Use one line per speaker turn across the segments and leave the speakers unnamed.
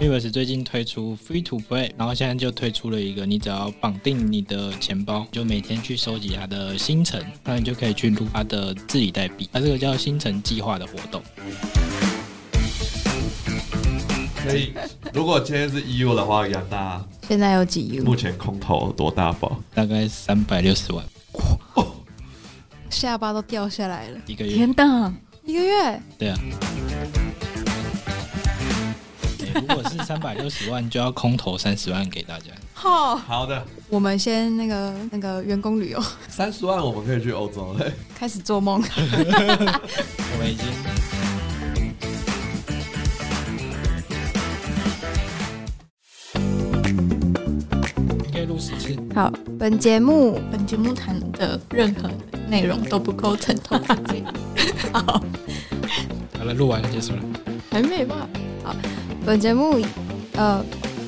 Universe 最近推出 Free to Play，然后现在就推出了一个，你只要绑定你的钱包，就每天去收集它的星辰，那你就可以去撸它的治理代币。它这个叫星辰计划的活动。
可以，如果今天是 EU 的话，杨大
现在有几
目
U？
前空投多大包？
大概三百六十万
下巴都掉下来了，
一个月
天。哪！
一个月
对啊。欸如果是三百六十万，就要空投三十万给大家。
好，
好的，
我们先那个那个员工旅游，
三十万我们可以去欧洲了。
开始做梦。
我们已经应该录十次。
好，本节目
本节目谈的任何内容都不构成投资建议。好，
好了，录完了，结束了。
还没吧？
本节目呃，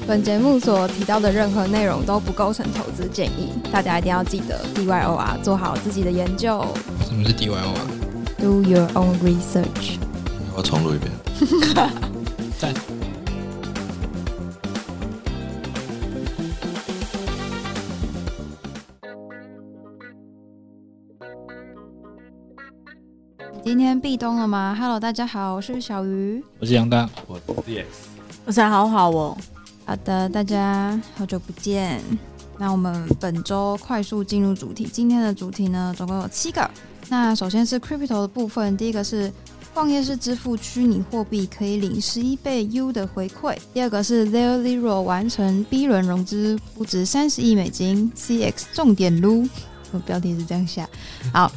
本节目所提到的任何内容都不构成投资建议，大家一定要记得 DYOR，做好自己的研究
什么是 DYO 啊？
，Do your own research。
我要重录一遍。
赞。
今天壁咚了吗？Hello，大家好，我是小鱼。
我是杨大，
我 DX
我才好好哦。
好的，大家好久不见。那我们本周快速进入主题，今天的主题呢，总共有七个。那首先是 crypto 的部分，第一个是逛夜市支付虚拟货币可以领十一倍 U 的回馈；第二个是 Zero Zero 完成 B 轮融资，估值三十亿美金，CX 重点撸。我标题是这样下。好，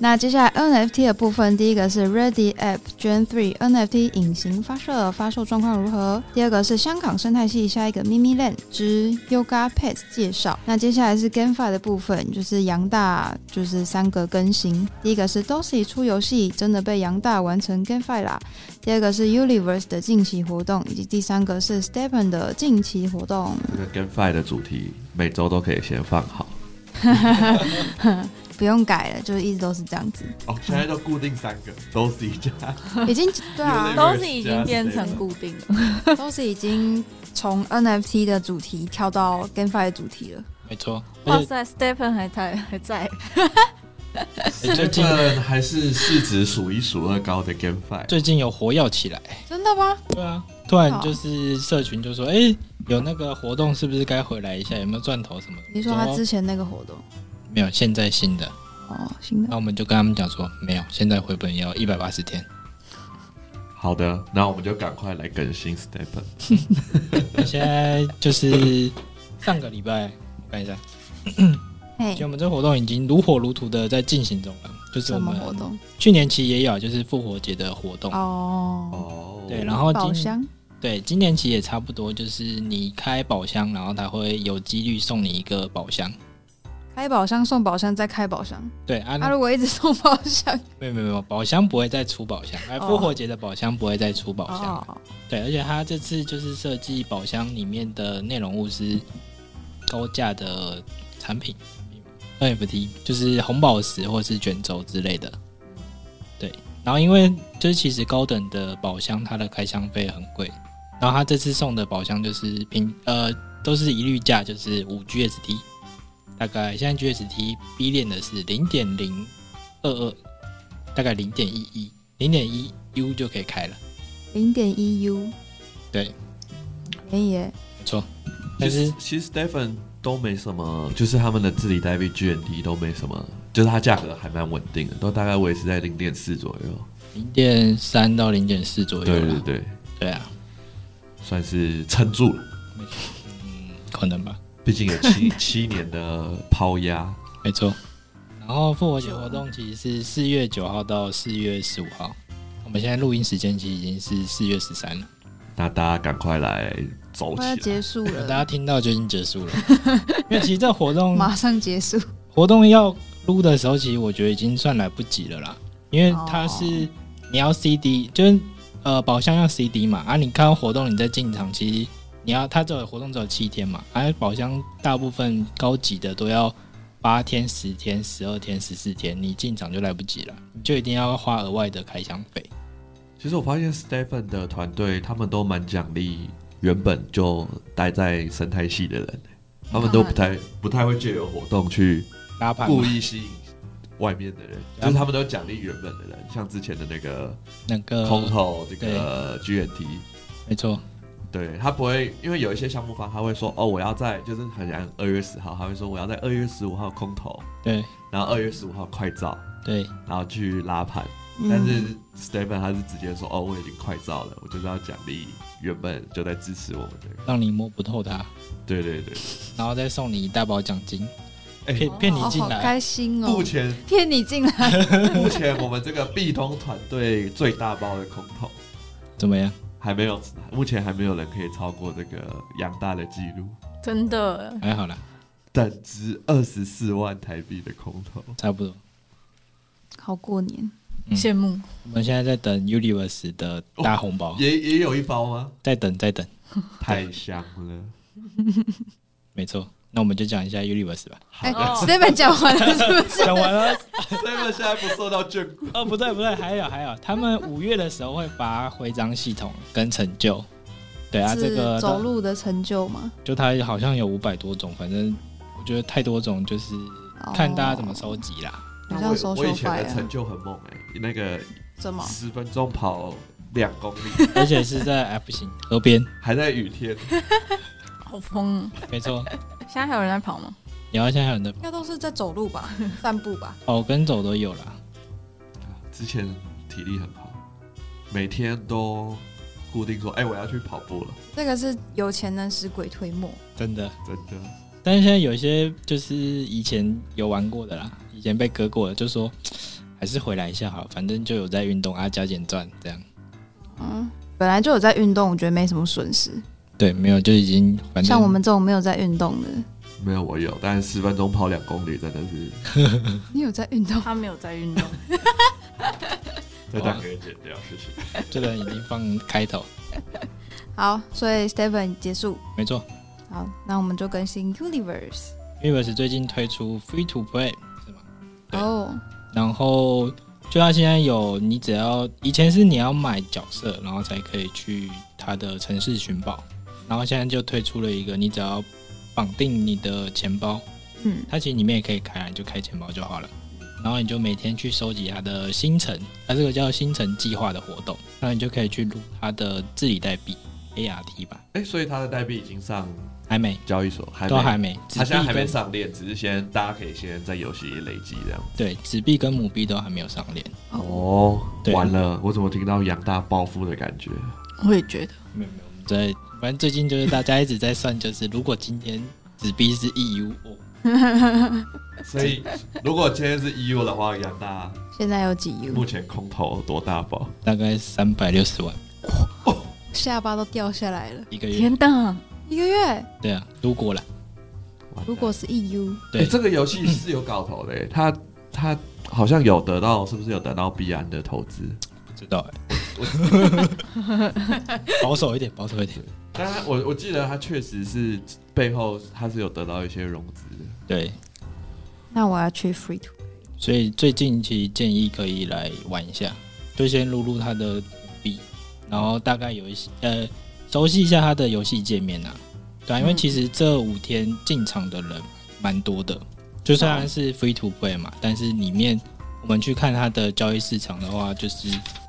那接下来 NFT 的部分，第一个是 Ready App Gen 3 NFT 隐形发射，发售状况如何？第二个是香港生态系下一个 Mimi Land 之 Yoga Pets 介绍。那接下来是 GameFi 的部分，就是杨大就是三个更新，第一个是 Dossi 出游戏，真的被杨大完成 GameFi 啦。第二个是 Universe 的近期活动，以及第三个是 Stepen 的近期活动。
这个 GameFi 的主题每周都可以先放好。
不用改了，就是一直都是这样子，
哦，现在就固定三个，都是一家。
已经对啊，
都是已经变成固定了。
都是已经从 NFT 的主题跳到 GameFi 的主题了。
没错。
哇
而且
塞，Stephen 还在还在，
哎最近
份还是市值数一数二高的 GameFi。
最近有活跃起来。
真的吗？
对啊，突然就是社群就说，哎、有那个活动，是不是该回来一下？有没有赚头什么的？
你说他
我
之前那个活动？
没有，现在新的。
哦，行的
啊
那。我们就跟他们讲说，没有，现在回本要一百八十 天。
好的，那我们就赶快来更新 Stepen。
那现在就是上个礼拜，我看一下，
嘿哎
其实，我们这活动已经如火如荼的在进行中了，就是我
什么
们
活动？
去年期也有，啊就是复活节的活动。
哦，
哦
对，然后
宝
今
箱。
对今年期也差不多，就是你开宝箱，然后它会有几率送你一个宝箱。
开宝箱送宝箱再开宝箱，
对啊，
他、如果一直送宝箱，
没有没有没有，宝箱不会再出宝箱，哎，
哦
复活节的宝箱不会再出宝箱。
哦，
对，而且它这次就是设计宝箱里面的内容物是高价的产品，NFT 就是红宝石或是卷轴之类的。对，然后因为就是其实高等的宝箱它的开箱费很贵，然后它这次送的宝箱就是平呃都是一律价就是五 GST，大概现在 GST B 链的是零点零二二，大概零点一一零点一 U 就可以开了。
零点一 U，
对，
便宜耶。
没错，
其
但是
实其实 Stephen 都没什么，就是他们的治理代币 GNT 都没什么，就是它价格还蛮稳定的，都大概维持在零点四左右。
零点三到零点四左右
对
啦。
对对，
对啊，
算是撑住了。
嗯，可能吧，
毕竟有七七年的抛压，
没错。然后复活节活动其实是四月九号到四月十五号，我们现在录音时间其实已经是四月十三了，
那大家赶快来走
快要
起来。
结束
大
了，
家听到就已经结束了。因为其实这活动
马上结束。
活动要录的时候，其实我觉得已经算来不及了啦，因为它是、
哦
你要 CD，就是呃宝箱要 CD 嘛，啊，你看到活动你再进场，其实你要它这个活动只有七天嘛，啊，宝箱大部分高级的都要八天、十天、十二天、十四天，你进场就来不及了，你就一定要花额外的开箱费。
其实我发现 Stephen 的团队他们都蛮奖励原本就待在生态系的人，他们都不太不太会借由活动去
拉盘
故
嘛
意吸引外面的人，
对
就是他们都奖励原本的人，像之前的那个
那个
空投这个 GNT，
没错，
对他不会，因为有一些项目方他会说哦，我要在就是很像二月十号，他会说我要在二月十五号空投，
对
然后二月十五号快照，
对，
然后去拉盘。但是 Stephen 他是直接说哦，我已经快照了，我就是要奖励原本就在支持我们的人。
让你摸不透它，
对对对，
然后再送你一大包奖金，
哎、
骗骗你
哦，
进
好
来，
开心哦
目！前
骗你进来，
目前我们这个壁通团队最大包的空投
怎么样？
还没有，目前还没有人可以超过这个杨大的记录，
真的
还好啦，
等值二十四万台币的空投。
差不多。
好过年，
嗯
羡慕。
我们现在在等 Universe 的大红包，
也也有一包吗？
在等在等，
太香 了！
没错。那我们就讲一下 Universe 吧。
哎
哦
，Steven 讲完了是不是？
讲完了？
所以我们现在不受到眷顾。
哦，不对不对，还有还有，他们五月的时候会发徽章系统跟成就。对啊，这
是
个
走路的成就吗？
就它好像有五百多种，反正我觉得太多种，就是
哦
看大家怎么收集啦。
比较
我
social
我以前
fire
的
啊
成就很猛哎、那个
怎么？
十分钟跑两公里，
哦
而且是在 F 型河边，
还在雨天。
好疯、哦！
没 错。
现在还有人在跑吗？
然后现在还有人在
应该都是在走路吧， 散步吧。
跑跟走都有啦。
之前体力很好，每天都固定说，哎、我要去跑步了，
这个是有钱能使鬼推磨，
真的。
真的。
但是现在有一些就是以前有玩过的啦，以前被割过的，就说还是回来一下好了，反正就有在运动啊，加减赚这样。
嗯，本来就有在运动，我觉得没什么损失。
对，没有就已经反正
像我们这种没有在运动的，
没有，我有，但十分钟跑两公里真的是，
你有在运动？
他没有在运动，
这段可以剪掉，谢谢。
这段已经放开头，
好，所以 Steven 结束。
没错。
好，那我们就更新 Universe。
Universe 最近推出 Free to Play 是吗？对
哦，
然后就它现在有，你只要以前是你要买角色，然后才可以去它的城市寻宝，然后现在就推出了一个，你只要绑定你的钱包，
嗯，
它其实里面也可以开啊，你就开钱包就好了。然后你就每天去收集它的星辰，它这个叫星辰计划的活动，那你就可以去撸它的治理代币 ART 吧，
哎、所以他的代币已经上
还没，
交易所，还
都
没，
还没，纸
他
币
现在还没
跟
上链，只是先大家可以先在游戏里累积这样。
对，纸币跟母币都还没有上链，
哦，
对
完了，我怎么听到杨大暴富的感觉？
我也觉得
没有没有，我们在反正最近就是大家一直在算，就是如果今天纸币是 EU，哦
所以，如果今天是 EU 的话，杨大
现在有几 U，
目前空投有多大包？
大概三百六十万
下巴都掉下来了。
一个月，
天哪，
一个月，
对啊，如果啦，
完蛋
如果是 EU，
对
欸这个游戏是有搞头的欸、他他好像有得到，是不是有得到币安的投资？
不知道哎、保守一点，保守一点，
但他我我记得他确实是背后他是有得到一些融资的。
对，
那我要去 Free to。
所以最近其实建议可以来玩一下，就先录入它的币，然后大概有一些呃熟悉一下它的游戏界面啊，对啊，因为
嗯
其实这五天进场的人蛮多的，就虽然是 free to play 嘛，但是里面我们去看它的交易市场的话，就是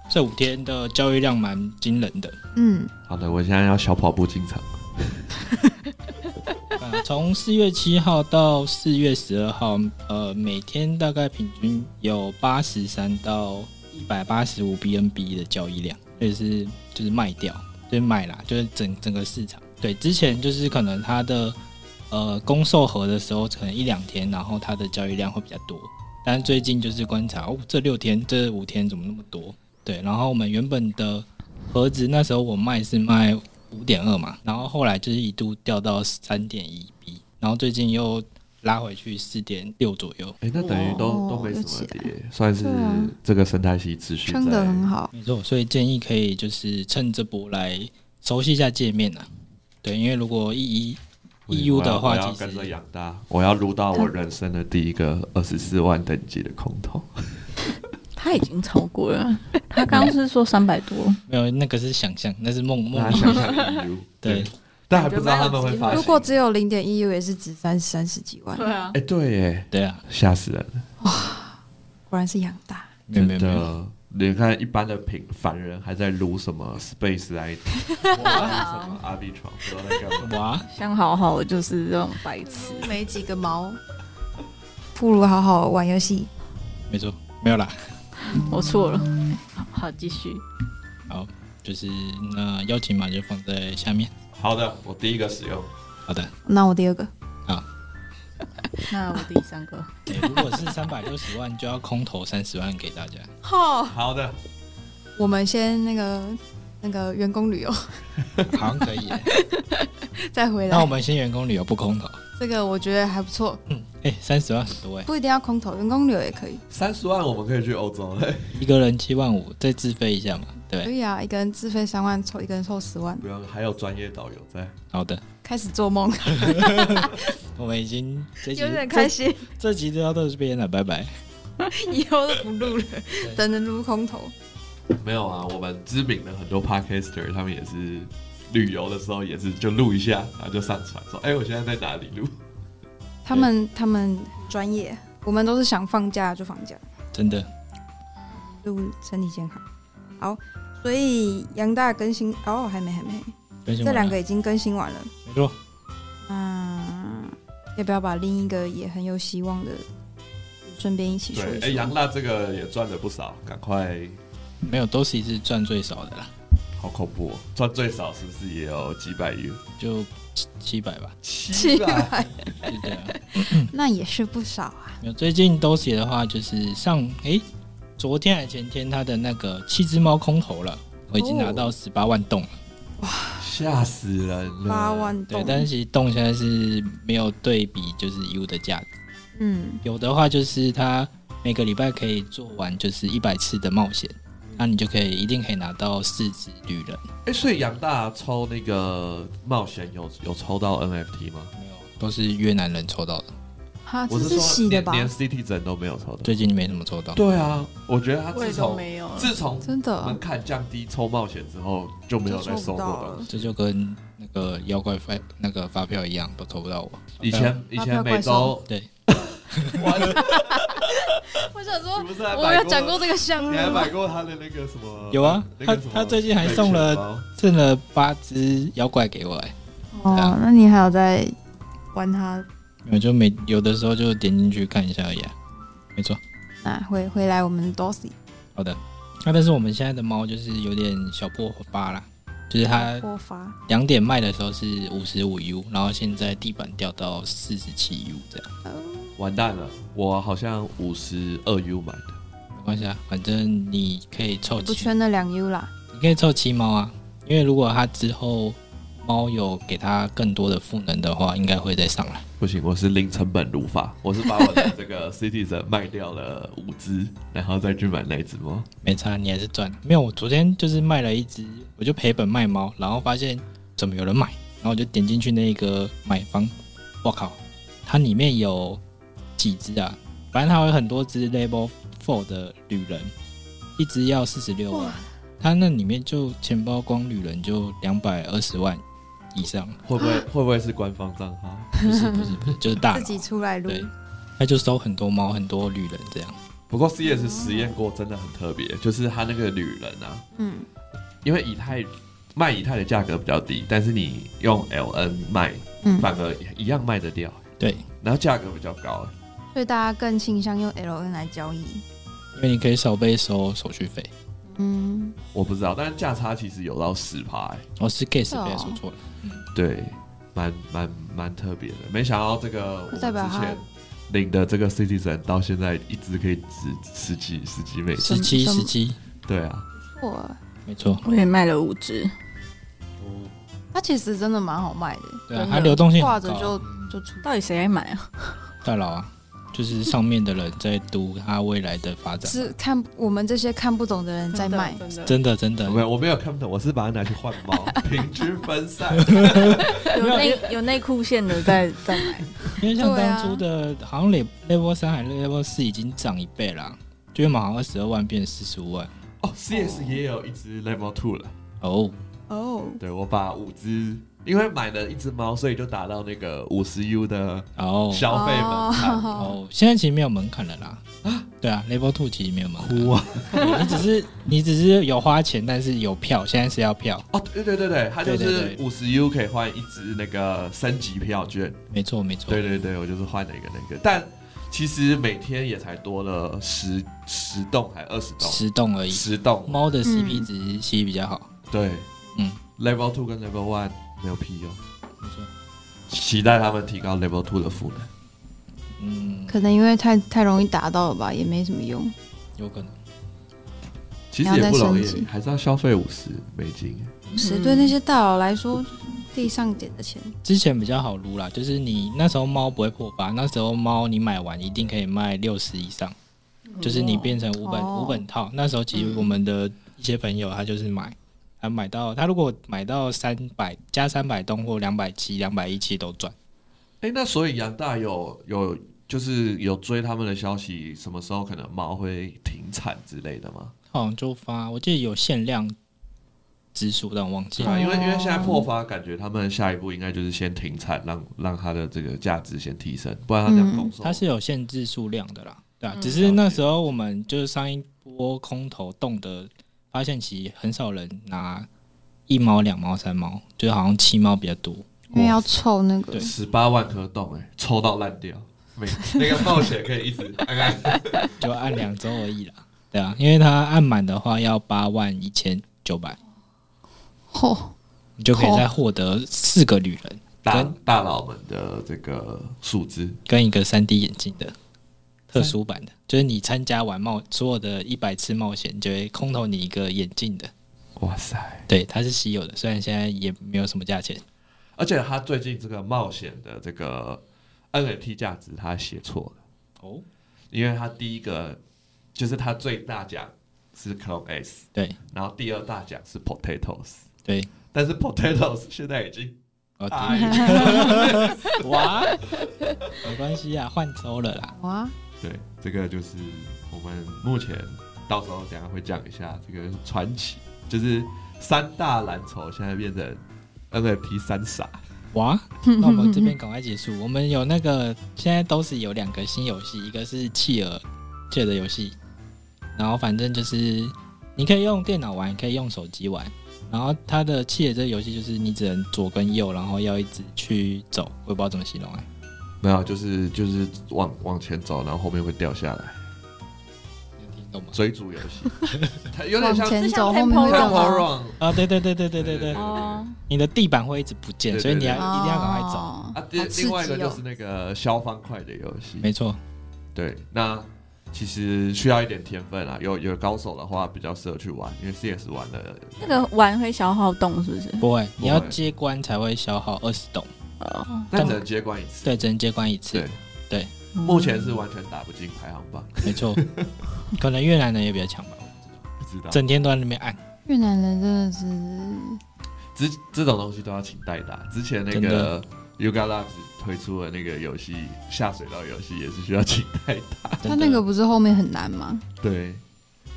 这五天的交易量蛮惊人的，
嗯，
好的，我现在要小跑步进场。
啊，从四月七号到四月十二号，呃，每天大概平均有八十三到一百八十五 BNB 的交易量，也是就是卖掉，就是卖啦，就是整整个市场。对，之前就是可能它的呃公售盒的时候，可能一两天，然后它的交易量会比较多，但是最近就是观察，哦，这六天这五天怎么那么多？对，然后我们原本的盒子那时候我卖是卖五点二嘛，然后后来就是一度掉到三点一 B，然后最近又拉回去四点六左右。
哎、那等于都、
哦
都没什么
有起来
跌，算是
对啊
这个生态系持续
撑得
在。
很好。
没错，所以建议可以就是趁这波来熟悉一下界面啊。对，因为如果一一
我
EU E 的话
我要
其实
跟着养大，我要撸到我人生的第一个二十四万等级的空投。
他已经超过了， 他刚刚是说三百多，
没有那个是想象，那是梦梦
大家
里。
想想理由，
对，
但还不知道他们会发
如
现。
果只有零点一 U 也是值三三十几万，
对啊
哎、，对耶，
对啊，
吓死人了！
果然是养大。
没有
真
没有没有，
的，你看一般的平凡人还在撸什么 Space 来， 什么阿比床，不知道在干嘛。
哇，
像好好的就是这种白痴，
没几个毛，不如好好玩游戏。
没错，没有啦。
我错了。好，继续。
好，就是那邀请码就放在下面。
好的，我第一个使用。
好的，
那我第二个，
那我第三个，
诶如果是三百六十万，就要空投三十万给大家。
好，
好的，
我们先那个那个员工旅游
好像可以耶。
再回
那我
来，
们先员工旅游不空投。
这个我觉得还不错，
哎、三十万很多哎，
不一定要空投，员工旅游也可以。
三十万我们可以去欧洲 了，
一个人七万五，再自费一下嘛，对
可
不对？
以啊，一个人自费三万，抽一个人抽十万，
不用，还有专业导游在。
好的，
开始做梦，
我们已经这集
心，
这这集就到这边了，拜拜。
以后都不录了，等着撸空投。
没有啊，我们知名的很多 podcaster 他们也是旅游的时候也是就录一下，然后就上传说，哎、我现在在哪里录？
他们他们很专业，我们都是想放假就放假，
真的，
祝身体健康。好，所以杨大更新哦，还没还没，
更新
这
完了
两个已经更新完了。
没错，
那要不要把另一个也很有希望的顺便一起说
对，
一
哎、
说？
杨大这个也赚了不少，赶快，
没有都是是赚最少的啦，
好恐怖、哦，赚最少是不是也有几百元？
就七七百吧，
七百，
就这 样。
那也是不少啊。
没有最近都写的话，就是上诶，昨天还前天他的那个七只猫空投了，我已经拿
哦
到十八万栋了。
吓死人了！
八，万
对
栋，，
但是其实栋现在是没有对比，就是 U 的价值。
嗯，
有的话就是他每个礼拜可以做完就是一百次的冒险，那你就可以一定可以拿到四只旅人。
哎、所以杨大抽那个冒险有有抽到 NFT 吗？
没有，都是越南人抽到的，
哈，啊这
我
是
说
洗的
连
吧？
连 CT 整都没有抽到。
最近没怎么抽到。
对啊，我觉得他
我
自
也都
从
没有了。
自从
真
门
的，
槛降低抽冒险之后就没有再收过
就抽不到
了
了。
这就跟那个妖怪发那个发票一样，都抽不到我。
以前以前每周，
对，
我想
你
说，
不是还买
我有讲过这个项目
你还
吗
买？过他的那个什么？
有啊
那个
他
什么
他最近还送了
那个钱包
赠了八只妖怪给我、哎，
哦，那你还有在玩它？
我就每有的时候就点进去看一下而已、啊。没错，
那啊回回来我们 Dossy
好的。那、但是我们现在的猫就是有点小破发啦，就是它
播发，
两点卖的时候是五十五 U，然后现在地板掉到四十七 U 这样，
完蛋了，我好像五十二 U 买的，
没关系啊，反正你可以凑
不
齐，
缺那两 U 啦。
你可以凑七猫啊，因为如果它之后猫有给它更多的赋能的话，应该会再上来。
不行，我是零成本撸法，我是把我的这 个 Citizen 卖掉了五只，然后再去买那一只猫。
没差，你还是赚了。没有，我昨天就是卖了一只，我就赔本卖猫，然后发现怎么有人买，然后我就点进去那个买方，我靠，它里面有几只啊？反正它有很多只 Level Four 的旅人，一只要四十六万
哇，
它那里面就钱包光旅人就两百二十万以上，
会 不会会不会是官方账号？
不是不是不是，就是大
自
佬
己，出来录，
对他就收很多猫很多旅人这样。
不过 C S 实验过真的很特别，就是他那个女人啊，
嗯，
因为以太卖以太的价格比较低，但是你用 LN 卖，
嗯
反而一样卖得掉，
对，
然后价格比较高。
所以大家更倾向用 LN 来交易。
因为你可以少被收手续费，
嗯，
我不知道，但是价差其实有到十趴、欸，
哦是 case
是哦
被说错了。
对，蛮蛮蛮特别的。没想到这个我们
代表
之
他
前领的这个 Citizen 到现在一直可以值十几十几美金，
十七
什么
十七，
对啊，
我
没错，
我也卖了五只，
哦
它其实真的蛮好卖的，
对啊，
真的
它流动性
挂
很
着
高
就
啊，
就出。
到底谁爱买啊？
大佬啊，就是上面的人在读它未来的发展，
是看我们这些看不懂的人在卖，
真的，
真的真的
我，没有我没有看不懂，我是把它拿去换 猫，平均分散。
有内有内裤线的在在买，
因为像
对啊
当初的，好像 level 三还 level 四已经涨一倍啦，就会马上二十二万变四十五万
哦，CS 也有一只 Level Two 了。
哦，
哦，
对我把五只，因为买了一只猫，所以就达到那个五十 U 的
哦
消费门槛。
哦，
哦，现在其实没有门槛了啦。对啊，Level Two 其实没有门槛，
哭啊！
你只 是你只是有花钱，但是有票，现在是要票，
哦，对对对对，它就
对对
是
对
五十 U 可以换一只那个升级票券。
没错没错
对，对对，我就是换了一个那个，但其实每天也才多了十十栋还二十栋，
十栋而已。
十栋。
猫的 CP
嗯
值其实比较好，
对，
嗯
，Level Two 跟 Level One 没有屁用，
没错，
期待他们提高 Level Two 的赋能。
嗯，
可能因为太太容易达到了吧，也没什么用。
有可能。
其
然
实
后
也不
再
容
升级
易，还是要消费五十美金。
嗯
是对那些大佬来说，地上捡的钱。
之前比较好撸啦，就是你那时候猫不会破发，那时候猫你买完一定可以卖六十以上， 就是你变成五本
嗯哦
五本套。那时候其实我们的一些朋友他就是买，他买到他如果买到三百加三百东或两百七、两百一七都赚。
哎、那所以杨大有有就是有追他们的消息，什么时候可能猫会停产之类的吗？
他好像就发，我记得有限量指数，但我忘记
对
了。
吧？因为因为现在破发，感觉他们下一步应该就是先停产，让让它的这个价值先提升，不然它这样拱手。
它嗯是有限制数量的啦，对啊，
嗯
只是那时候我们就是上一波空头动的，发现其实很少人拿一毛、两毛、三毛，就是好像七毛比较多。
因为要凑那个
对，
十八万颗洞、哎，抽到烂掉，每那个冒险可以一直大概
就按两周而已啦， 对啊，因为它按满的话要八万一千九百，
哦，
你就可以再获得四个女人
大
跟
大佬们的这个数字。
跟一个三 D 眼镜的特殊版的，就是你参加完冒所有的一百次冒险，就会空投你一个眼镜的，
哇塞！
对，它是稀有的，虽然现在也没有什么价钱。
而且他最近这个冒险的这个 NFT 价值，他写错了。
哦，
因为他第一个就是他最大奖是 Clone S，
对
然后第二大奖是 Potatoes，
对，
但是 Potatoes 现在已经
哦，
大于
哇，没关系啊，换周了啦。
哇，
对，这个就是我们目前到时候等一下会讲一下这个传奇，就是三大蓝筹现在变成 NFT 三傻，
哇，那我们这边赶快结束。我 们有那个现在都是有两个新游戏，一个是企鹅界的游戏，然后反正就是你可以用电脑玩，也可以用手机玩。然后它的企鹅这个游戏就是你只能左跟右，然后要一直去走，我也不知道怎么形容哎、
没有，就是就是往往前走，然后后面会掉下来，
你有听懂吗？
追逐游 戏，它有点
往
像
前
是像
走，后面
Temple
会
Run
干
Temple
嘛？
Run
啊，对对对对对对对，
哦，
你的地板会一直不见，
对
所以你要
对
哎一定要赶快走。
哦
啊，另
好刺激
另外一个就
哦
是那个消方块的游戏，
没错，
对，那其实需要一点天分啊，有有高手的话比较适合去玩，因为 CS 玩的
那个玩会消耗洞是不是？
不会，你要
不会
接关才会消耗二十栋，
哦，
但只能接关一次。
对，只能接关一次。
对，
对，
目前是完全打不进排行榜，
没错， 可能越南人也比较强吧，
不知
啊
道
整天都在那边按。
越南人真的是
这这种东西都要请代打。之前那
真
个
的
Yuga Labs 推出的那个游戏下水道游戏也是需要请代 打，
真
他
的
啊那个不是后面很难吗？
对。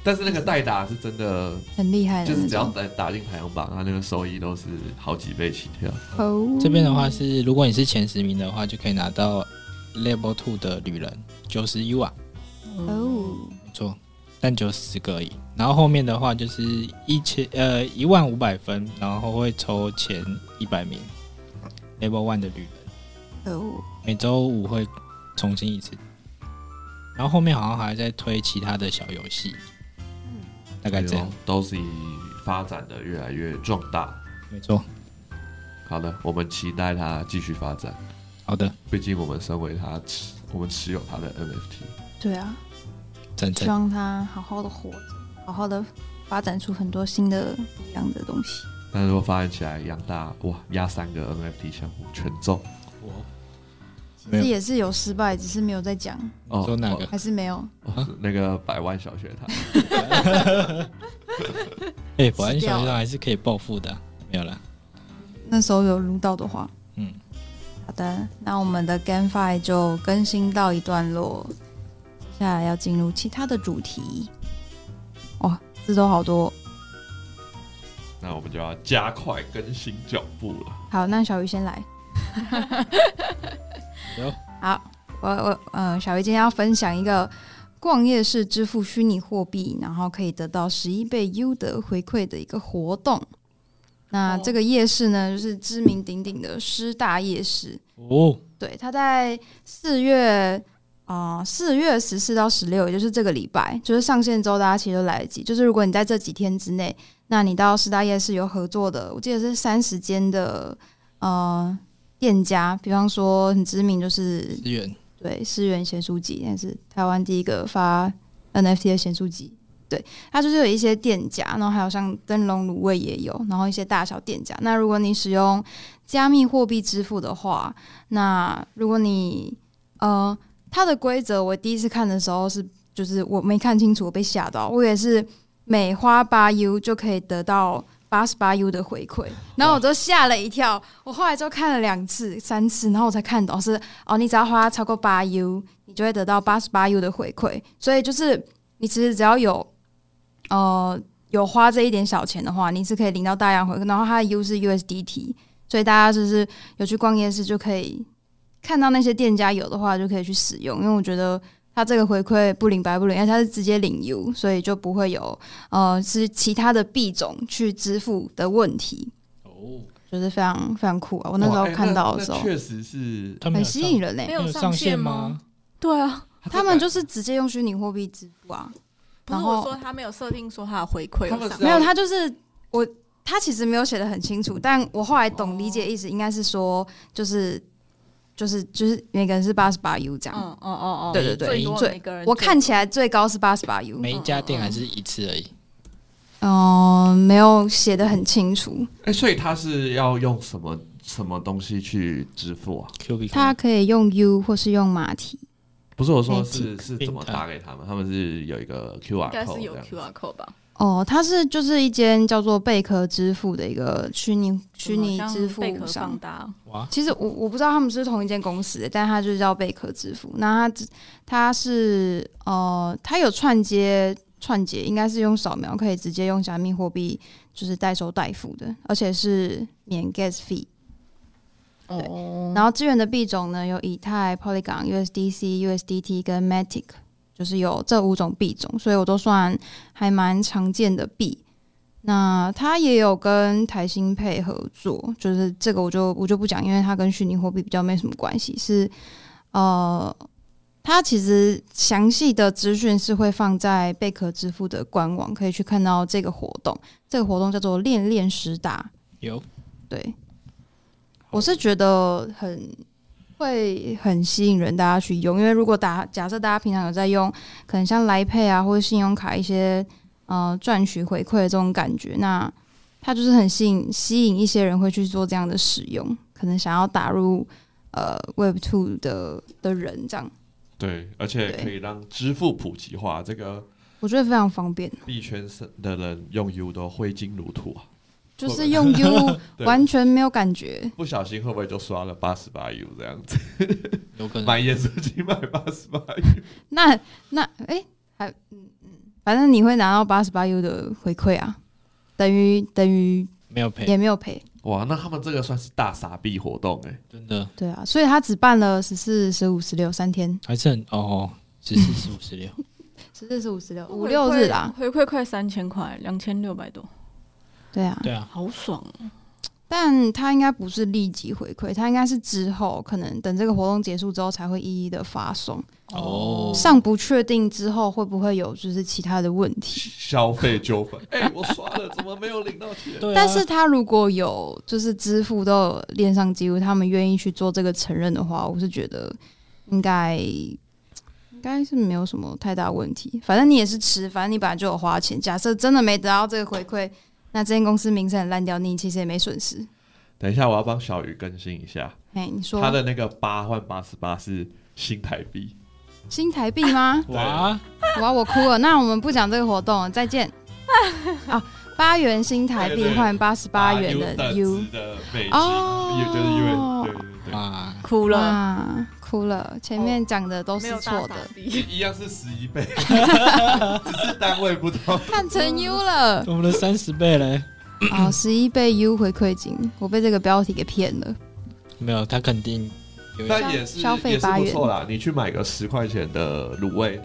但是那个代打是真的，
很厉害的
就是
那
只要
种。
打打进排行榜，它那个收益都是好几倍起跳。
哦
这边的话是，如果你是前十名的话，就可以拿到 Level Two 的旅人九十 U 啊，
嗯
哦，
没错，但只有十个而已。然后后面的话就是一千呃一万五百分，然后会抽前一百名 Level One 的旅人，
哦，
每周五会重新一次。然后后面好像还在推其他的小游戏，
嗯
大概
哎
这样，
哦都是发展的越来越壮大。
没错。
好的，我们期待它继续发展，
好的，
毕竟我们身为它持，我们持有它的 NFT。
对啊，
赞
希
赞，
望他好好的活着，好好的发展出很多新的不一样的东西。
但如果发展起来，养大哇，压三个 NFT 项目全中
其
没有
实也是有失败，只是没有在讲，
你说哪个？
还是没有。
哦哦那个百万小学堂，
哎、保安
吃掉
小学
了
还是可以暴富的啊，没有啦。
那时候有撸到的话，
嗯，
好的，那我们的 GameFi 就更新到一段落，接下来要进入其他的主题。哇，字都好多。哦
那我们就要加快更新脚步了。
好，那小鱼先来。
有
好，我我呃，小鱼今天要分享一个逛夜市支付虚拟货币，然后可以得到十一倍优得回馈的一个活动。那
哦
这个夜市呢，就是知名鼎鼎的师大夜市。
哦，
对，它在四月啊四、月十四到十六，也就是这个礼拜，就是上线之后，大家其实都来得及。就是如果你在这几天之内，那你到师大夜市有合作的，我记得是三十间的呃店家，比方说很知名就是
资源
对思源咸酥鸡，那是台湾第一个发 NFT 的咸酥鸡。对，它就是有一些店家，然后还有像灯笼卤味也有，然后一些大小店家。那如果你使用加密货币支付的话，那如果你呃，它的规则我第一次看的时候是，就是我没看清楚，我被吓到，我也是每花八 U 就可以得到。八十八 U 的回馈，然后我就吓了一跳。我后来就看了两次、三次，然后我才看懂是哦，你只要花超过八 U，你就会得到八十八 U 的回馈。所以就是你其实只要有呃有花这一点小钱的话，你是可以领到大量回馈。然后它的 U 是 USDT，所以大家就是有去逛夜市就可以看到那些店家有的话就可以去使用，因为我觉得。它这个回馈不领白不领，而且它是直接领 U，所以就不会有呃是其他的币种去支付的问题，
哦，
就是非常非常酷啊！我那时候
哇哎
看到的时候
那，确实是
他们
很
有
吸
上
引人欸嘞、
没
他们
有
有
上
上
线
线吗？？
对啊，
他们就是直接用虚拟货币支付啊，
不
然
是
后
我说他没有设定说他的回馈
他们是
有上
对啊
没有他就是我，他其实没有写的很清楚，但我后来懂理解意思，应该是说就是就是就是每个人是八十八 U 这样，
嗯嗯嗯嗯，
对对对
最多
最
每个人
我看
最
起来最高是八十八 U，
每一家店还是一次而已，
嗯、没有写的很清楚，
哎、所以他是要用什么什么东西去支付啊？
Q B
它可以用 U 或是用马蹄，
不是我说
Magic
是是怎么打给他们？他们是有一个 QR
应该
code，
是有
这样
QR code 吧？
哦，它是就是一间叫做贝壳支付的一个虚拟虚拟
好像
支付
贝壳
商
放，大，
哇，
其实我我不知道他们是不是同一间公司，但它就是叫贝壳支付。那它只它是呃，它有串接串接，应该是用扫描可以直接用加密货币就是代收代付的，而且是免 gas fee。
哦，
然后支援的币种呢有以太、Polygon、USDC、USDT 跟 Matic，就是有这五种币种，所以我都算还蛮常见的币。那它也有跟台新配合作，就是这个我就我就不讲，因为它跟虚拟货币比较没什么关系。是呃，它其实详细的资讯是会放在贝壳支付的官网，可以去看到这个活动。这个活动叫做“恋恋实打”，
有
对，我是觉得很会很吸引人，大家去用。因为如果打假设大家平常有在用，可能像来配啊或者信用卡一些呃赚取回馈的这种感觉，那它就是很吸引吸引一些人会去做这样的使用，可能想要打入呃 Web Two 的的人这样，
对，而且
对
可以让支付普及化，这个
我觉得非常方便，
币圈的人用 U 都挥金如土啊！
就是用 U
对
完全没有感觉。
不小心会不会就刷了八十八 U 这样子？
有可能
买盐酥鸡买八十八 U，
那那哎、还嗯嗯，反正你会拿到八十八 U 的回馈啊，等于等于
没有赔
也，没有赔，
哇，那他们这个算是大傻逼活动哎、
真的
对啊，所以他只办了十四、十五、十六三天，
还是很哦，十四、十五、十六，
嗯十四、十五、十六五六日啦，
回馈快三千块，两千六百多，
对啊，
对啊，
好爽哦！
但他应该不是立即回馈，他应该是之后可能等这个活动结束之后才会一一的发送，
哦，
尚不确定之后会不会有就是其他的问题。
消费纠纷。 哎、我刷了，怎么没有领到钱？
对啊，？
但是他如果有就是支付都有链上记录，他们愿意去做这个承认的话，我是觉得应该应该是没有什么太大问题。反正你也是吃，反正你本来就有花钱。假设真的没得到这个回馈，那这间公司名声很烂掉，你其实也没损失。
等一下，我要帮小鱼更新一下，
哎，你说
他的那个八换八十八是新台币。
新台币吗
啊 哇，
哇，我哭了。那我们不讲这个活动了，再见。啊，八元新台币换八十八元的 U。
的美金，也、
哦
就是因为对对对。
哇，
哭了，
啊，哭了。前面讲的都是
没有大
错的，
傻逼，
一样是十一 倍，只是单位不同。
看成 U 了。
我们的三十倍嘞，
嗯
好，十一倍 U 回馈金，我被这个标题给骗了。
没有，他肯定有一
但也是
消费
也是
八
不
元
错啦。你去买个十块钱的卤味，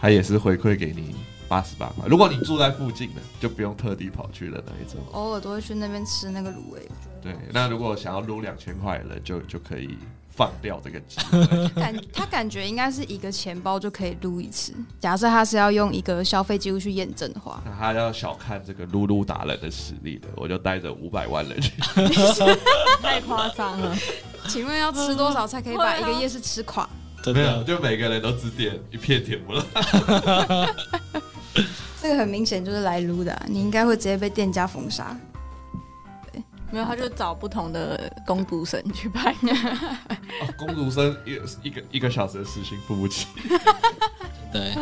它也是回馈给你八十八块。如果你住在附近的，就不用特地跑去的那一种。
偶尔都会去那边吃那个卤味，
对，那如果想要撸两千块的人，就就可以放掉这个机。
感他感觉应该是一个钱包就可以撸一次。假设他是要用一个消费记录去验证的话，
那他要小看这个撸撸达人的实力的，我就带着五百万人去。
太夸张了。
请问要吃多少才可以把一个夜市吃垮？
嗯
真
没有，
的
就每个人都只点一片甜不辣。
这个很明显就是来撸的啊、你应该会直接被店家封杀。
没有，他就找不同的攻读生 去拍。
哦，公主生一一个一个小时的时薪付不起。
对，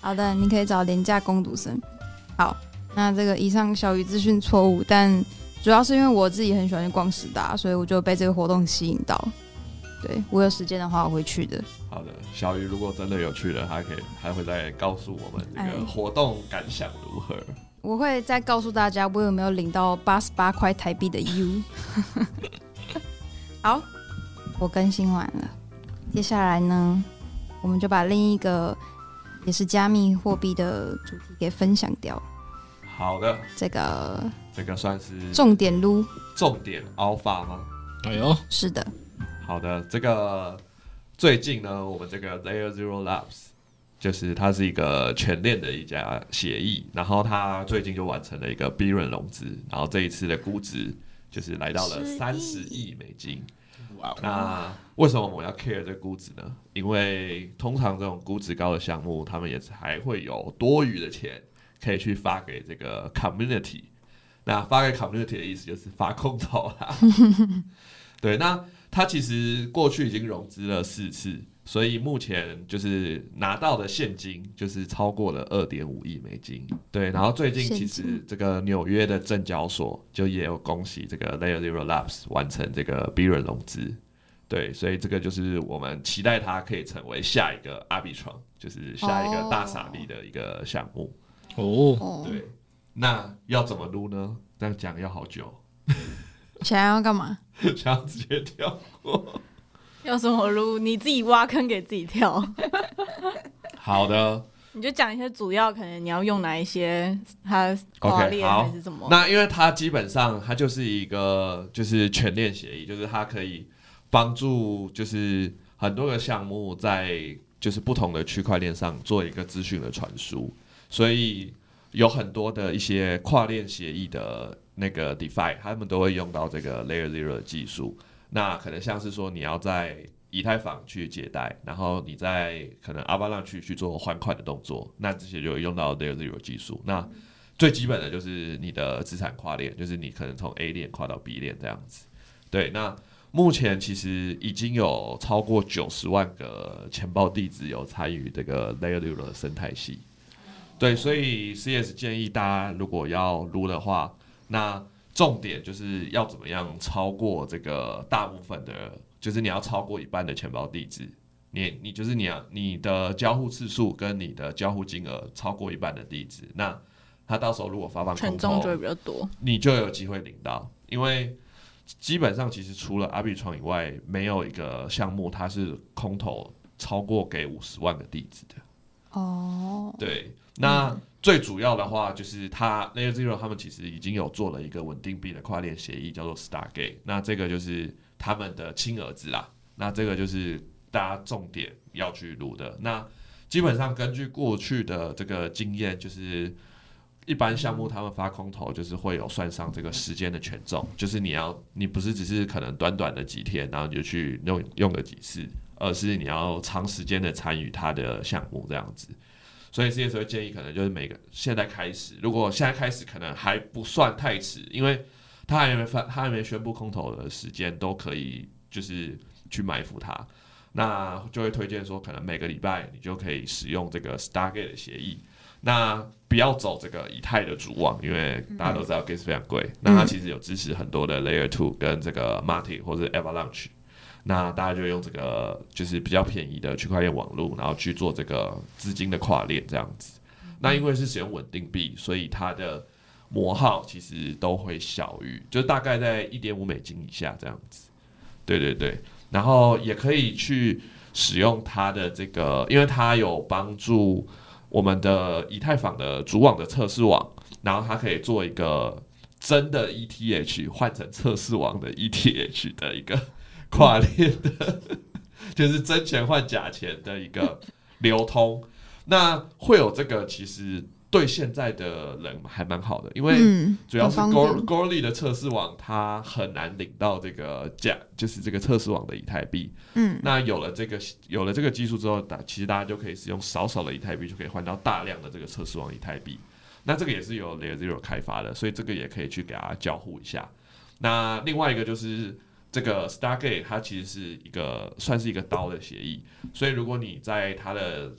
好的，你可以找廉价攻读生。好，那这个以上小鱼资讯错误，但主要是因为我自己很喜欢去逛师大，所以我就被这个活动吸引到。对我有时间的话，我会去的。
好的，小鱼如果真的有去了，他可以还会再告诉我们这
哎
个活动感想如何。
我会再告诉大家我有没有领到八十八块台币的 U。好，我更新完了，接下来呢，我们就把另一个也是加密货币的主题给分享掉。
好的，
这个
这个算是重
重点撸
重点 alpha 吗？
哎呦，
是的，
好的，这个最近呢，我们这个 Layer Zero Labs 就是它是一个全链的一家协议，然后它最近就完成了一个 B 轮融资，然后这一次的估值就是来到了三十亿美金。
哇哦，
那为什么我们要 care 这个估值呢？因为通常这种估值高的项目，他们也是还会有多余的钱可以去发给这个 community。那发给 community 的意思就是发空投啦。对，那它其实过去已经融资了四次，所以目前就是拿到的现金就是超过了二点五亿美金。对，然后最近其
现
实这个纽约的证交所就也有恭喜这个 Layer Zero Labs 完成这个 B 轮融资。对，所以这个就是我们期待它可以成为下一个阿比床，就是下一个大傻逼的一个项目。
哦，
哦，
对，那要怎么撸呢？这样讲要好久，
想要干嘛？
想要直接跳过。
要什么路？你自己挖坑给自己跳。
好的
你就讲一些主要，可能你要用哪一些，它跨
，OK，
链
好
还是什么。
那因为它基本上它就是一个就是全链协议，就是它可以帮助就是很多个项目在就是不同的区块链上做一个资讯的传输，所以有很多的一些跨链协议的那个 DeFi，他们都会用到这个 Layer Zero 的技术。那可能像是说你要在以太坊去借贷，然后你在可能 Avalanche 去做还款的动作，那这些就会用到 Layer Zero 技术。那最基本的就是你的资产跨链，就是你可能从 A 链跨到 B 链这样子。对，那目前其实已经有超过九十万个钱包地址有参与这个 Layer Zero 的生态系。对，所以 CS 建议大家如果要撸的话，那重点就是要怎么样超过这个大部分的，就是你要超过一半的钱包地址。你你就是你要你的交互次数跟你的交互金额超过一半的地址，那他到时候如果发放空
权
投
重就会比较多，
你就有机会领到，因为基本上其实除了阿比创以外，没有一个项目它是空投超过给五十万个地址的。
哦，
对，那最主要的话就是它 Layer Zero 他们其实已经有做了一个稳定币的跨链协议，叫做 Stargate。那这个就是他们的亲儿子啦。那这个就是大家重点要去录的。那基本上根据过去的这个经验，就是一般项目他们发空投就是会有算上这个时间的权重，就是你要你不是只是可能短短的几天，然后你就去用用个几次，而是你要长时间的参与它的项目这样子。所以这些时候建议可能就是每个现在开始，如果现在开始可能还不算太迟，因为他还没发，他还没宣布空投的时间都可以就是去埋伏它。那就会推荐说，可能每个礼拜你就可以使用这个 Stargate 的协议。那不要走这个以太的主网，因为大家都知道 Gas 非常贵。那它其实有支持很多的 Layer Two 跟这个 Matic 或者 Avalanche。那大家就用这个就是比较便宜的区块链网络，然后去做这个资金的跨链这样子。那因为是使用稳定币，所以它的模号其实都会小于，就大概在一点五美金以下这样子。对对对，然后也可以去使用它的这个，因为它有帮助我们的以太坊的主网的测试网，然后它可以做一个真的 ETH 换成测试网的 ETH 的一个跨链的， 就是真钱换假钱的一个流通。那会有这个，其实对现在的人还蛮好的，因为、
嗯，
主要是
很
g o
方
r
便
g o r l y 的测试网，它很难领到这个价，就是这个测试网的以太币。
嗯，
那有了这个有了这个技术之后，大其实大家就可以使用少少的以太币，就可以换到大量的这个测试网以太币。那这个也是由 Layer Zero 开发的，所以这个也可以去给它交互一下。那另外一个就是这个 Stargate，它其实是一个算是一个刀的协议，所以如果你在它的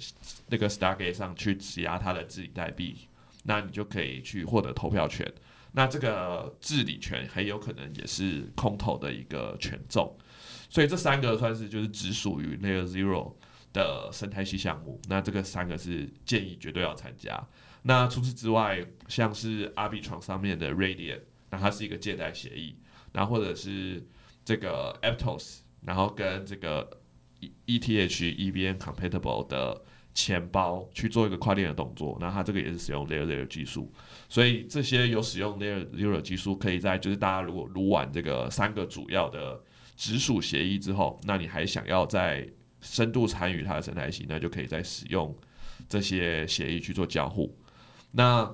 那个 Stargate 上去质押它的治理代币，那你就可以去获得投票权。那这个治理权很有可能也是空投的一个权重，所以这三个算是就是只属于 Layer Zero 的生态系项目。那这个三个是建议绝对要参加。那除此之外，像是阿比床上面的 Radiant，那它是一个借贷协议，然后或者是这个 Aptos，然后跟这个 E T H E B N compatible 的钱包去做一个跨链的动作，那它这个也是使用 Layer Zero 技术，所以这些有使用 Layer Zero 技术，可以在就是大家如果撸完这个三个主要的直属协议之后，那你还想要再深度参与它的生态系，那就可以再使用这些协议去做交互。那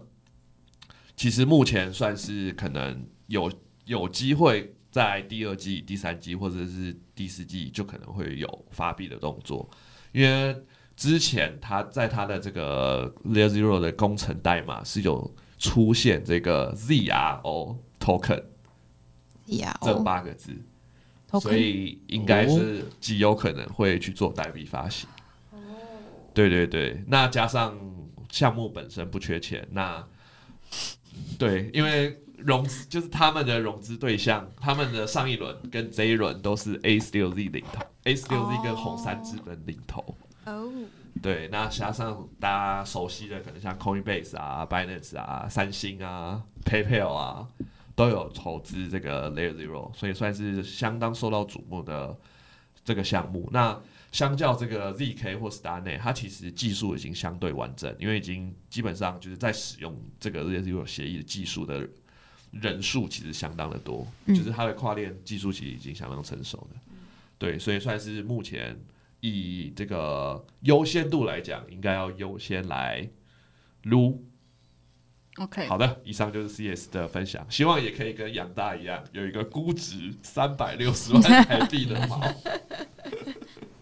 其实目前算是可能有有机会在第二季、第三季或者是第四季就可能会有发币的动作，因为之前他在他的这个 Layer Zero 的工程代码是有出现这个 ZRO token
呀，
这
哦
八个字，所
OK，
以应该是极有可能会去做代币发行。对对对，那加上项目本身不缺钱，那对，因为融资就是他们的融资对象，他们的上一轮跟这一轮都是 A 六 Z 领头，A 六 Z 跟红杉资本领头。
哦，
对，那加上大家熟悉的，可能像 Coinbase 啊、Binance 啊、三星啊、PayPal 啊，都有投资这个 Layer Zero，所以算是相当受到瞩目的这个项目。那相较这个 ZK 或 Starnet，它其实技术已经相对完整，因为已经基本上就是在使用这个 Layer Zero 协议的技术的人数其实相当的多，
嗯
就是它的跨链技术其实已经相当成熟的。对，所以算是目前以这个优先度来讲，应该要优先来撸。
OK，
好的，以上就是 CS 的分享，希望也可以跟杨大一样，有一个估值三百六十万台币的猫，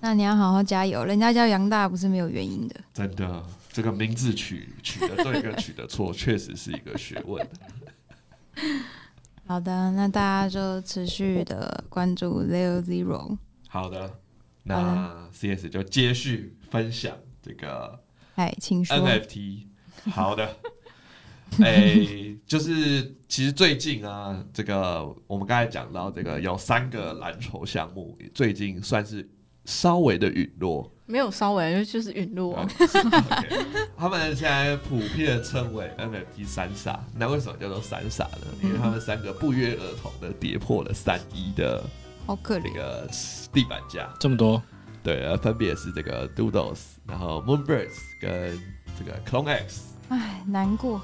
那你要好好加油，人家叫杨大不是没有原因的。
真的，这个名字取取得对跟取得错，确实是一个学问。
好的，那大家就持续的关注 Layer Zero，
好的，
好
那 CS 就接续分享这个
哎，请说。
NFT，好的。诶、就是其实最近啊，这个我们刚才讲到，这个有三个蓝筹项目，最近算是稍微的陨落。
没有稍微就是陨落啊，
OK，他们现在普遍称为 NFT 三傻，那为什么叫做三傻呢？因为他们三个不约而同的跌破了三一的
好可
这
怜，
个地板价。
这么多，
对，呃分别是这个 Doodles，然后 Moonbirds 跟这个 Clone X
哎，难过。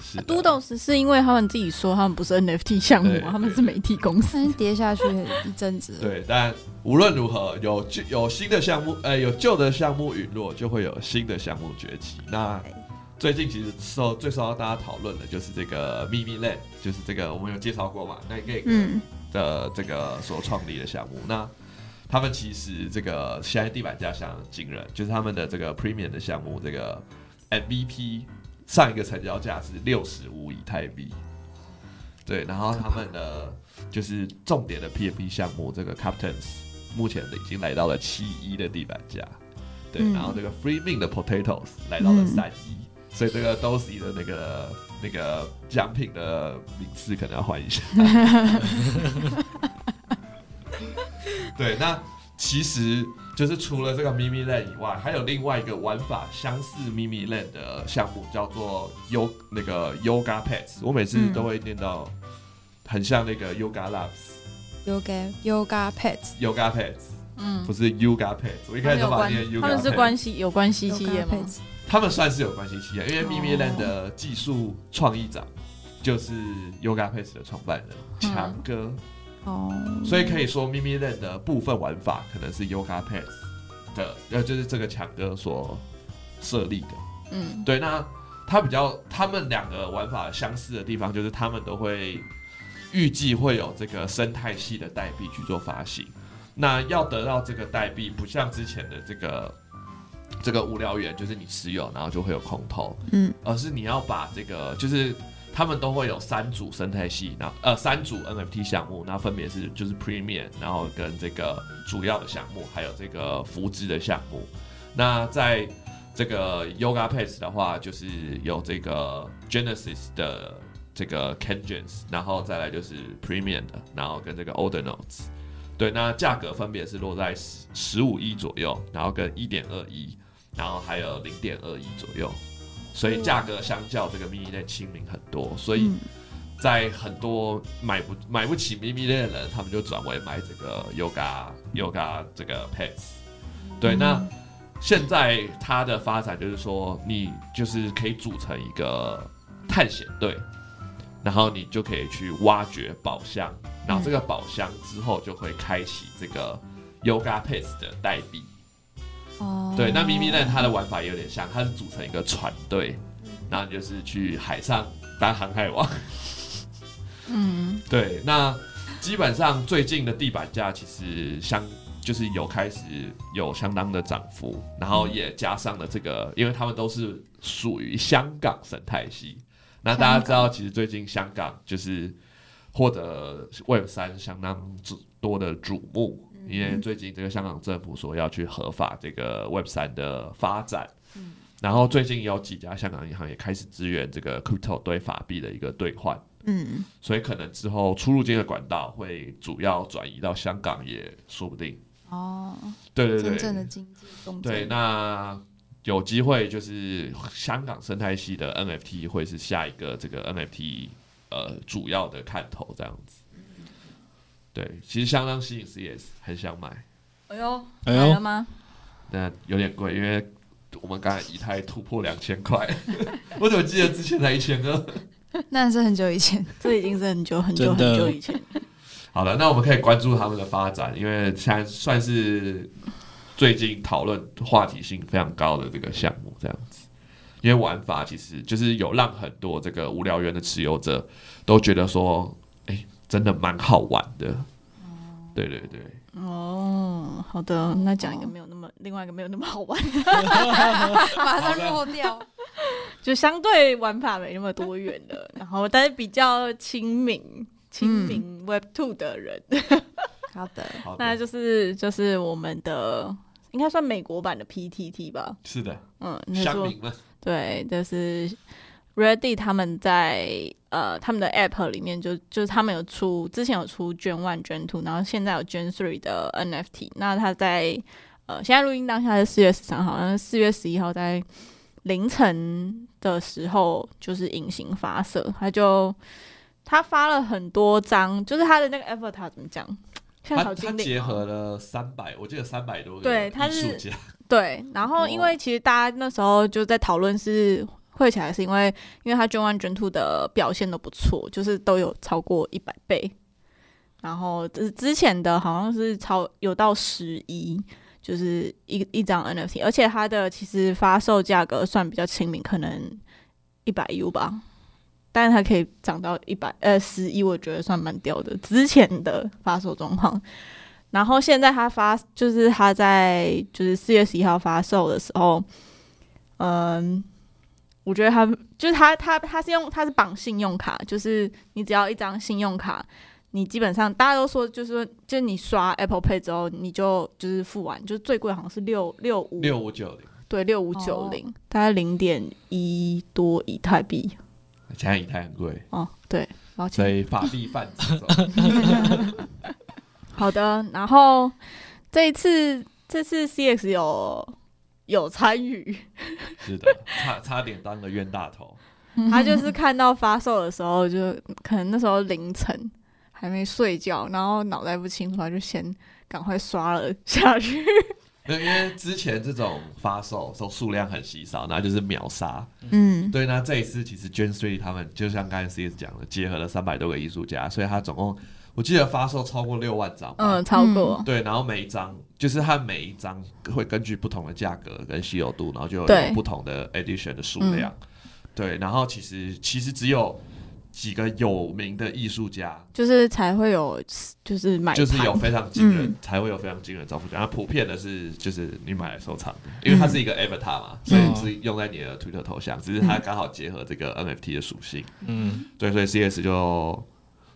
是的。
啊 Doodles 是因为他们自己说他们不是 NFT 项目
对
啊，他们是媒体公司。
但是跌下去一阵子，
对，但无论如何，有旧有新的项目，呃，有旧的项目陨落，就会有新的项目崛起。那最近其实受最受到大家讨论的就是这个秘密类，就是这个我们有介绍过嘛，那 g a
嗯，
的这个所创立的项目。那他们其实这个现在地板价相当惊人，就是他们的这个 Premium 的项目，这个 MVP 上一个成交价是六十五以太币，对，然后他们的就是重点的 PFP 项目，这个 Captains 目前已经来到了七一的地板价，对，
嗯
然后这个 Free Mint 的 Potatoes 来到了
嗯
三一、所以这个 DOSI 的那个那个奖品的名次可能要换一 下。对，那其实就是除了这个 Mimi Land 以外，还有另外一个玩法相似 Mimi Land 的项目，叫做 Yo 那个 Yoga Pets。我每次
嗯
都会念到很像那个 Yoga Labs、
Yoga Yoga Pets
Yoga Pets，
嗯，
不是 Yoga Pets。我一
他
开始
们
都
有
把它
关
念 Yoga，
他们是
Pets
关系有关系企
Yoga
业吗？
Pets，
他们算是有关系企业，因为 Mimi
哦
Land 的技术创意长就是 Yoga Pace 的创办人强哥，
哦，
所以可以说 Mimi Land 的部分玩法可能是 Yoga Pace 的，呃，就是这个强哥所设立的。
嗯，
对，那他比较他们两个玩法相似的地方，就是他们都会预计会有这个生态系的代币去做发行。那要得到这个代币，不像之前的这个这个无聊源，就是你持有然后就会有空投，
嗯，
而是你要把这个就是。他们都会有三组生态系，然后呃三组 NFT 项目，那分别是就是 Premium，然后跟这个主要的项目，还有这个扶植的项目。那在这个 Yoga Pace 的话，就是有这个 Genesis 的这个 Kenjins，然后再来就是 Premium 的，然后跟这个 Older Notes。对，那价格分别是落在十十五亿左右，然后跟一点二亿，然后还有零点二亿左右，所以价格相较这个 Mini 类亲民很多，所以
嗯
在很多买不买不起 Mini 类的人，他们就转为买这个 Yoga Yoga 这个 Pets。对，那现在它的发展就是说，你就是可以组成一个探险队，然后你就可以去挖掘宝箱，然后这个宝箱之后就会开启这个 Yoga Pets 的代币。
哦，
对，那咪咪蛋它的玩法也有点像，它是组成一个船队，然后你就是去海上当航海王。
嗯，
对，那基本上最近的地板价其实相就是有开始有相当的涨幅，然后也加上了这个，因为他们都是属于香港生态系。那大家知道，其实最近香港就是获得 Web 三相当之多的瞩目，
嗯
因为最近这个香港政府说要去合法这个 Web 三的发展。
嗯
然后最近有几家香港银行也开始支援这个 crypto 对法币的一个兑换，
嗯，
所以可能之后出入境的管道会主要转移到香港，也说不定。
哦，
对对
真正的
对，
经济重
对，那有机会就是香港生态系的 NFT 会是下一个这个 NFT 呃主要的看头这样子。对，其实相当吸引 E CS，很想买，
哎呦，
哎
来了
呦，
吗？
但有点贵，因为我们刚才以太突破两千块，我怎么记得之前才一千二？
那是很久以 前，
这已经是很久很久
真的
很久以前，
好了，那我们可以关注他们的发展，因为现在算是最近讨论话题性非常高的这个项目，这样子。因为玩法其实就是有让很多这个无聊猿的持有者都觉得说，哎、真的蛮好玩的。 对对对，
哦，好的，那讲一个没有那么，另外一个没有那么好玩，
马上落掉。
就相对玩法没那么多元的，然后但是比较亲民，亲民 Web Two 的人，
好的，
好
那
的，
就是就是我们的应该算美国版的 PTT 吧，
是的，
嗯，那是
乡
我
民们，
对，就是 Ready 他们在呃他们的 App 里面就就是他们有出之前有出捐 One 捐 Two，然后现在有捐 Three 的 NFT。那他在呃现在录音当下是四月十三号，但是四月十一号在凌晨的时候就是隐形发射，他就他发了很多张，就是他的那个 avatar 怎么讲，像
他
小
他
精灵
结
吗
合了三百，我记得三百多个
对他
艺
是
术家，
对，然后因为其实大家那时候就在讨论是会起来，是因为因为他捐 One 捐 Two 的表现都不错，就是都有超过一百倍，然后之之前的好像是超有到十一，就是一一张 NFT，而且它的其实发售价格算比较亲民，可能一百 U 吧。但是它可以涨到一百呃十一，11我觉得算蛮屌的。之前的发售状况，然后现在他发，就是他在就是四月十一号发售的时候，嗯，我觉得他就是他他他是用他是绑信用卡，就是你只要一张信用卡，你基本上大家都说就是说，就是你刷 Apple Pay 之后，你就就是付完，就是最贵好像是六六五
六五九零，
对，六五九零，大概零点一多以太币
现在以太很 贵，
哦。对，抱歉
所。以哎法币泛指。
好的，然后这一次这次 CX 有有参与，
是的，差差点当个冤大头。
他就是看到发售的时候，就可能那时候凌晨还没睡觉，然后脑袋不清楚，他就先赶快刷了下去。
因为之前这种发售都数量很稀少，那就是秒杀。
嗯，
对，那这一次其实 Gen Three 他们就像刚才 CS 讲的，结合了三百多个艺术家，所以他总共我记得发售超过六万张吧。
嗯，超过、
对，然后每一张就是它每一张会根据不同的价格跟稀有度，然后就
对嗯
有不同的 edition 的数量。对，然后其实其实只有几个有名的艺术家，
就是才会有就是买
就是
盘
有非常惊人，
嗯
才会有非常惊人的造福奖。那普遍的是，就是你买来收藏的，因为它是一个 avatar 嘛，所以是用在你的 Twitter 头像，只是它刚好结合这个 NFT 的属性。
嗯，
对，所以 CS 就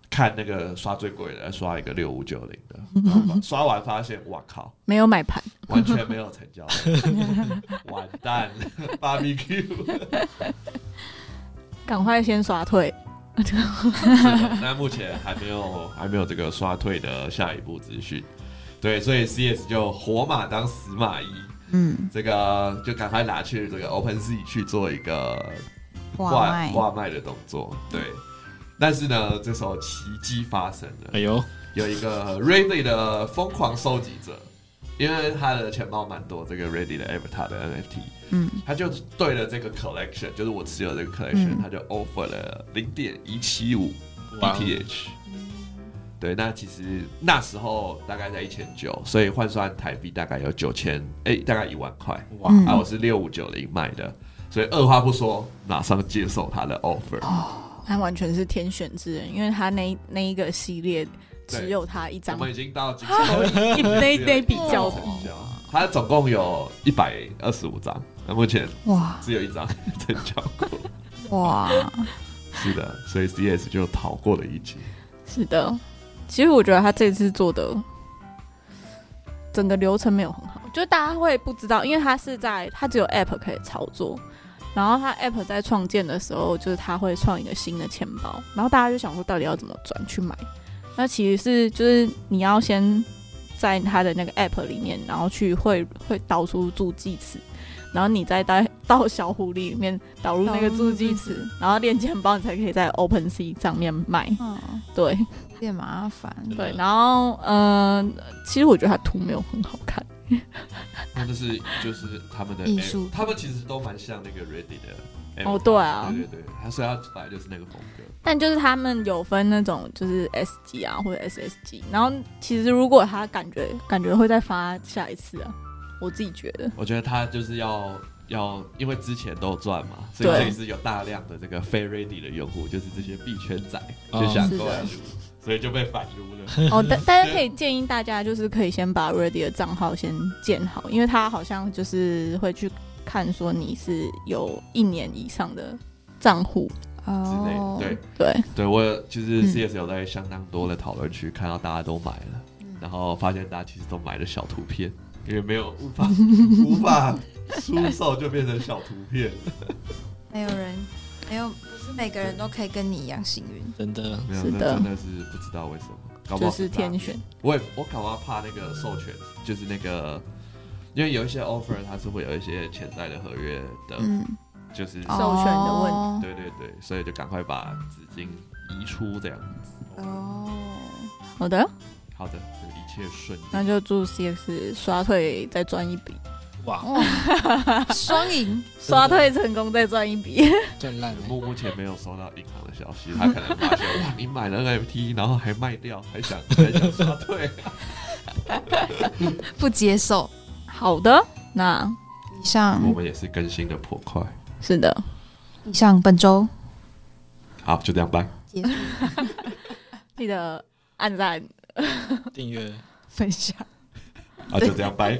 看那个刷最贵的，刷一个六五九零的，然后刷完发现，哇靠，
没有买盘，
完全没有成交，完蛋 ，BBQ。
赶快先刷退。
是的 那目前还没有还没有这个刷退的下一步资讯，对，所以 CS 就活马当死马医，
嗯，
这个就赶快拿去这个 OpenSea 去做一个
挂
挂
卖，
挂卖的动作，对。但是呢，这时候奇迹发生
哎
了，
呦，
有一个 Ready 的疯狂收集者，因为他的钱包蛮多这个 Ready 的 Avatar 的 NFT，
嗯，
他就对了这个 collection，就是我持有这个 collection，、
嗯
他就 offer 了零点一七五
哇
BTH。对，那其实那时候大概在一千九，所以换算台币大概有九千，哎，大概一万块。
哇，
嗯
啊，我是六五九零买的，所以二话不说，马上接受他的 offer。
哦
他完全是天选之人，因为他那一那一个系列只有他一
我
张，
们已经到今
一 那那笔
交
较低，
他总共有一百二十五张，那目前
哇
只有一张成交过。
哇，
是的，所以 CS 就逃过了一劫。
是的，其实我觉得他这次做的整个流程没有很好，就大家会不知道，因为他是在他只有 App 可以操作，然后他 App 在创建的时候，就是他会创一个新的钱包，然后大家就想说到底要怎么转去买，那其实是就是你要先在他的那个 App 里面，然后去会会导出助记词。然后你再到到小狐狸里面导入那个助记
导入
词，然后链钱包，你才可以在 OpenSea 上面卖。
嗯，
对，
有点麻烦，
对，然后嗯、呃其实我觉得它图没有很好看，
那就是就是他们的
艺术
app 他们其实都蛮像那个 Ready 的 app。
哦对啊
对对对，他所以他本来就是那个风格。
但就是他们有分那种就是 S 级啊或者 SS 级，然后其实如果他感觉感觉会再发下一次啊，我自己觉 得，
我觉得他就是要要，因为之前都赚嘛，所以
对
这一次有大量的这个非 Ready 的用户，就是这些币圈仔
哦
就想
是
过来
的
撸，所以就被反撸了。
哦，但但是可以建议大家就是可以先把 Ready 的账号先建好，因为他好像就是会去看说你是有一年以上的账户，
之类
哦
的，，对，
对，
对我有就是
嗯
CS 有在相当多的讨论区看到大家都买了，
嗯
然后发现大家其实都买了小图片，因为没有无 法无法出售就变成小图片。
没有人，没有，不是每个人都可以跟你一样幸运，
真的，
没有，
是
那
的
真的是不知道为什么，搞不
就
好
是
大家
天选，
我也我搞不好怕那个授权，就是那个，因为有一些 offer 它是会有一些潜在的合约的，
嗯，
就是、
授权的问
题，
对对对，所以就赶快把纸巾移出这样子。
哦，
好的，
好的，一切顺利。
那就祝 CX 刷退再赚一笔。
哇，
哇哦 双赢，
刷退成功再赚一笔，
赚烂了，
目目前没有收到银行的消息，他可能发现哇，你买了 NFT，然后还卖掉，还想还想刷退。
不接受，
好的，那
以上
我们也是更新的颇快，
是的，
以上本周
好，就这样拜。
结束
记得按赞
订阅，
分享。
啊，就这样拜。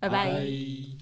拜拜。
拜